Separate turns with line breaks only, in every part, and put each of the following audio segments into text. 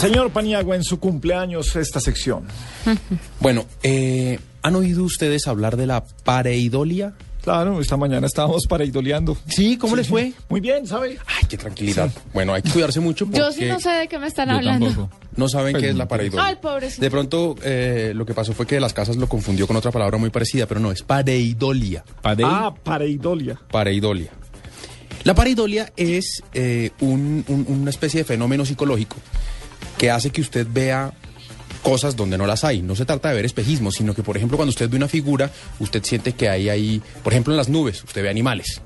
Señor Paniagua, en su cumpleaños, esta sección.
Bueno, eh, ¿han oído ustedes hablar de la pareidolia?
Claro, esta mañana estábamos pareidoleando.
Sí, ¿cómo les fue?
Muy bien, ¿sabe?
Ay, qué tranquilidad. Bueno, hay que cuidarse mucho porque
Yo sí no sé de qué me están hablando.
no saben qué es la pareidolia.
Ay, pobrecito.
De pronto, eh, lo que pasó fue que las casas lo confundió con otra palabra muy parecida, pero no, es pareidolia.
Ah, pareidolia.
Pareidolia. La pareidolia es eh, un- un- una especie de fenómeno psicológico que hace que usted vea cosas donde no las hay. No se trata de ver espejismos, sino que, por ejemplo, cuando usted ve una figura, usted siente que hay ahí, por ejemplo, en las nubes, usted ve animales.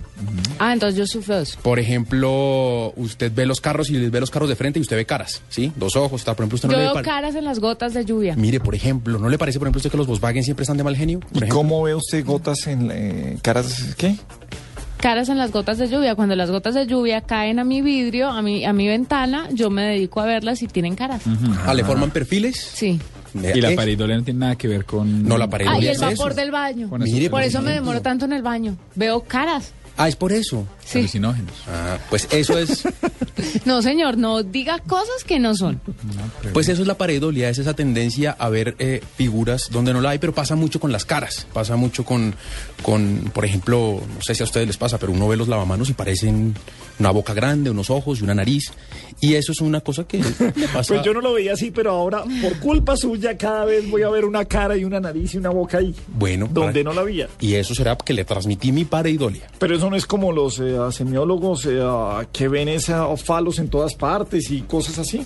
Ah, entonces yo sufro de eso.
Por ejemplo, usted ve los carros y les ve los carros de frente y usted ve caras, ¿sí? Dos ojos, tal. Por ejemplo, usted no
Yo
le
veo
pare-
caras en las gotas de lluvia.
Mire, por ejemplo, ¿no le parece, por ejemplo, a usted que los Volkswagen siempre están de mal genio? Por
¿Y
ejemplo.
cómo ve usted gotas en eh, caras? ¿Qué?
Caras en las gotas de lluvia. Cuando las gotas de lluvia caen a mi vidrio, a mi, a mi ventana, yo me dedico a verlas y tienen caras.
Ah, ¿le forman perfiles?
Sí.
Y la
Es-
pareidolia no tiene nada que ver con...
Eh, No, la pareidolia
Ah, y
¿Qué
el
es
vapor
eso?
del baño.
Con
Mire, por
Por eso me
ejemplo.
demoro tanto en el baño. Veo caras.
Ah, es por eso.
Sí.
alucinógenos.
Ah, pues eso es...
No, señor, no diga cosas que no son.
Pues eso es la pareidolia, es esa tendencia a ver eh, figuras donde no la hay, pero pasa mucho con las caras, pasa mucho con, con, por ejemplo, no sé si a ustedes les pasa, pero uno ve los lavamanos y parecen una boca grande, unos ojos y una nariz, y eso es una cosa que le pasa.
Pues yo no lo veía así, pero ahora, por culpa suya, cada vez voy a ver una cara y una nariz y una boca ahí.
Bueno,
Donde
para-
no la veía.
Y eso será que le transmití mi pareidolia.
Pero eso no es como los eh, semiólogos eh, ah, que ven esos falos en todas partes y cosas así.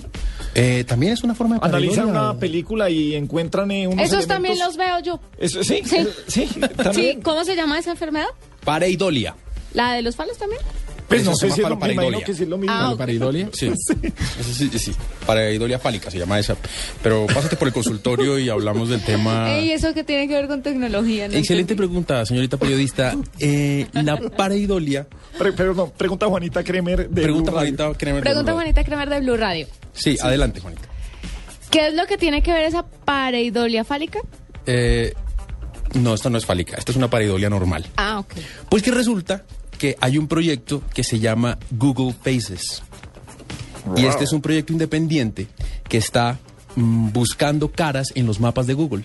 Eh, También es una forma de
Analizan
pareidolia.
una película y encuentran eh, unos
Esos también
elementos-
los veo yo.
Eso- sí,
Sí.
eh, sí,
Sí,
también.
¿cómo se llama esa enfermedad?
Pareidolia.
¿La de los falos también?
Pues
Eso
no sé
se llama
si es lo, me
palopareidolia.
imagino que sí es lo mismo.
Ah,
¿La pareidolia? pues,
Sí. Eso sí, sí. Pareidolia fálica se llama esa. Pero pásate por el consultorio y hablamos del tema.
Ey, eso que tiene que ver con tecnología. no
Ah. Excelente
entendí.
pregunta, señorita periodista. Eh, la pareidolia.
Pre- pero no, pregunta Juanita Kremer de
Pregunta
Blue Radio.
Juanita Kremer. Blue
Pregunta
Radio.
Juanita Kremer de Blue Radio.
Sí, adelante, Juanita.
¿Qué es lo que tiene que ver esa pareidolia fálica?
Eh, no, esta no es fálica, esta es una pareidolia normal.
Ah, ok.
Pues que resulta que hay un proyecto que se llama Google Faces. Y este es un proyecto independiente que está mm, buscando caras en los mapas de Google.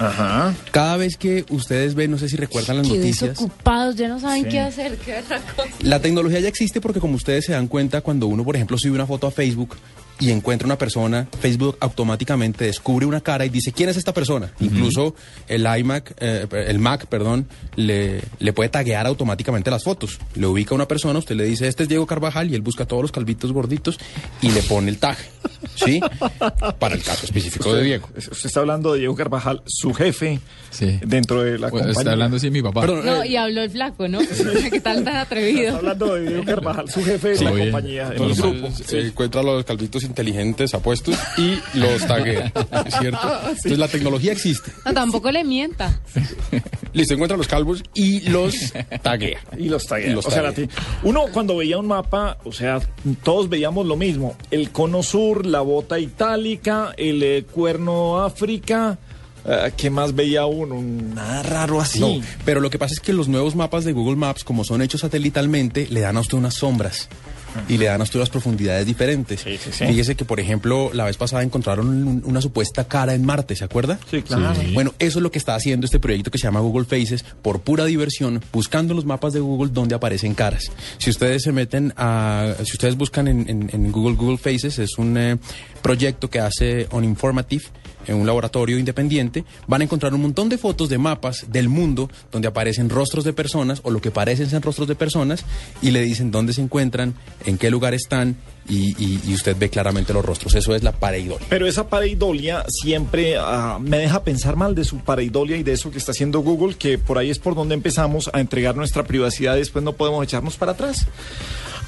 Ajá.
Cada vez que ustedes ven, no sé si recuerdan las
Qué
noticias,
desocupados, ya no saben
Sí.
qué hacer, qué otra cosa.
La tecnología ya existe porque como ustedes se dan cuenta, cuando uno, por ejemplo, sube una foto a Facebook y encuentra una persona, Facebook automáticamente descubre una cara y dice, ¿quién es esta persona? Incluso el iMac, eh, el Mac, perdón, le, le puede taguear automáticamente las fotos. Le ubica una persona, usted le dice, este es Diego Carvajal y él busca todos los calvitos gorditos y le pone el tag, ¿sí? Para el caso específico de Diego.
Usted está hablando de Diego Carvajal, su jefe,
Sí.
dentro de la
Pues,
Bueno,
compañía.
está hablando así mi papá.
Perdón,
No,
eh,
y habló el flaco, ¿no? ¿Qué tal tan
Está
atrevido?
hablando de Diego Carvajal, su jefe de
Sí,
la
bien.
compañía, el
Normal.
grupo.
Eh, Encuentra los calditos inteligentes, apuestos y los taguea, ¿cierto? Entonces la tecnología existe.
No, tampoco le mienta.
Listo, encuentra los calvos y los taguea.
Y los taguea.
Y los
o sea, la
taguea.
ti- uno cuando veía un mapa, o sea, todos veíamos lo mismo. El cono sur, la bota itálica, el eh, cuerno África. eh, ¿Qué más veía uno? Nada raro así.
No, pero lo que pasa es que los nuevos mapas de Google Maps, como son hechos satelitalmente, le dan a usted unas sombras y le dan a usted unas profundidades diferentes.
Sí, sí, sí.
Fíjese que, por ejemplo, la vez pasada encontraron un- una supuesta cara en Marte, ¿se acuerda?
Sí, claro. Sí.
Bueno, eso es lo que está haciendo este proyecto que se llama Google Faces por pura diversión, buscando en los mapas de Google donde aparecen caras. Si ustedes se meten a, si ustedes buscan en, en- en Google Google Faces, es un eh, proyecto que hace On Informative en un laboratorio independiente, van a encontrar un montón de fotos de mapas del mundo donde aparecen rostros de personas o lo que parecen ser rostros de personas y le dicen dónde se encuentran, en qué lugar están y, y- y usted ve claramente los rostros. Eso es la pareidolia.
Pero esa pareidolia siempre ah, me deja pensar mal de su pareidolia y de eso que está haciendo Google, que por ahí es por donde empezamos a entregar nuestra privacidad, después no podemos echarnos para atrás.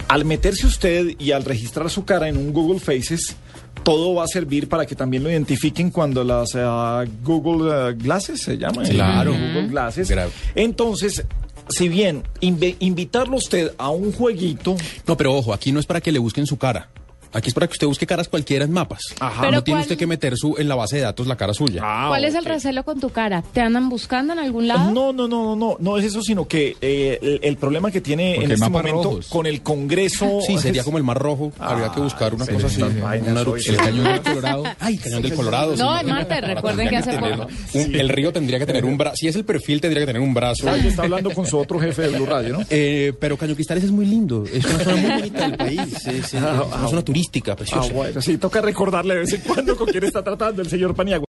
Al meterse usted y al registrar su cara en un Google Faces, todo va a servir para que también lo identifiquen cuando las ah, Google ah, Glasses se llaman.
Sí, claro.
Google Glasses.
Grave.
Entonces, si bien inve- invitarlo usted a un jueguito,
No, pero ojo, aquí no es para que le busquen su cara. Aquí es para que usted busque caras cualquiera en mapas.
Ajá.
Pero
no tiene
¿cuál-
usted que meter su, en la base de datos la cara suya.
Ah,
¿Cuál es el
ok.
recelo con tu cara? ¿Te andan buscando en algún lado?
No, no, no, no, no, no es eso, sino que eh, el, el problema que tiene
Porque
en este
mapas
momento
rojos.
con el Congreso.
Sí, sería como el mar rojo. Habría que buscar una
Ah, sí,
cosa
sí,
así.
sí. Vainas
una
hoy,
erupción.
sí.
El cañón del Colorado. Ay, cañón del Colorado.
No,
sí.
el Marte, recuerden que
Tendría
hace
tener
poco.
un- El río tendría que tener un brazo. Si es el perfil, tendría que tener un brazo.
Ay, está hablando con su otro jefe de Blue Radio, ¿no?
Eh, pero Caño Cristales es muy lindo. Es una zona muy bonita del país. Es, es una zona turística,
Ah,
preciosa.
bueno, sí, toca recordarle de vez en cuando con quién está tratando el señor Paniagua.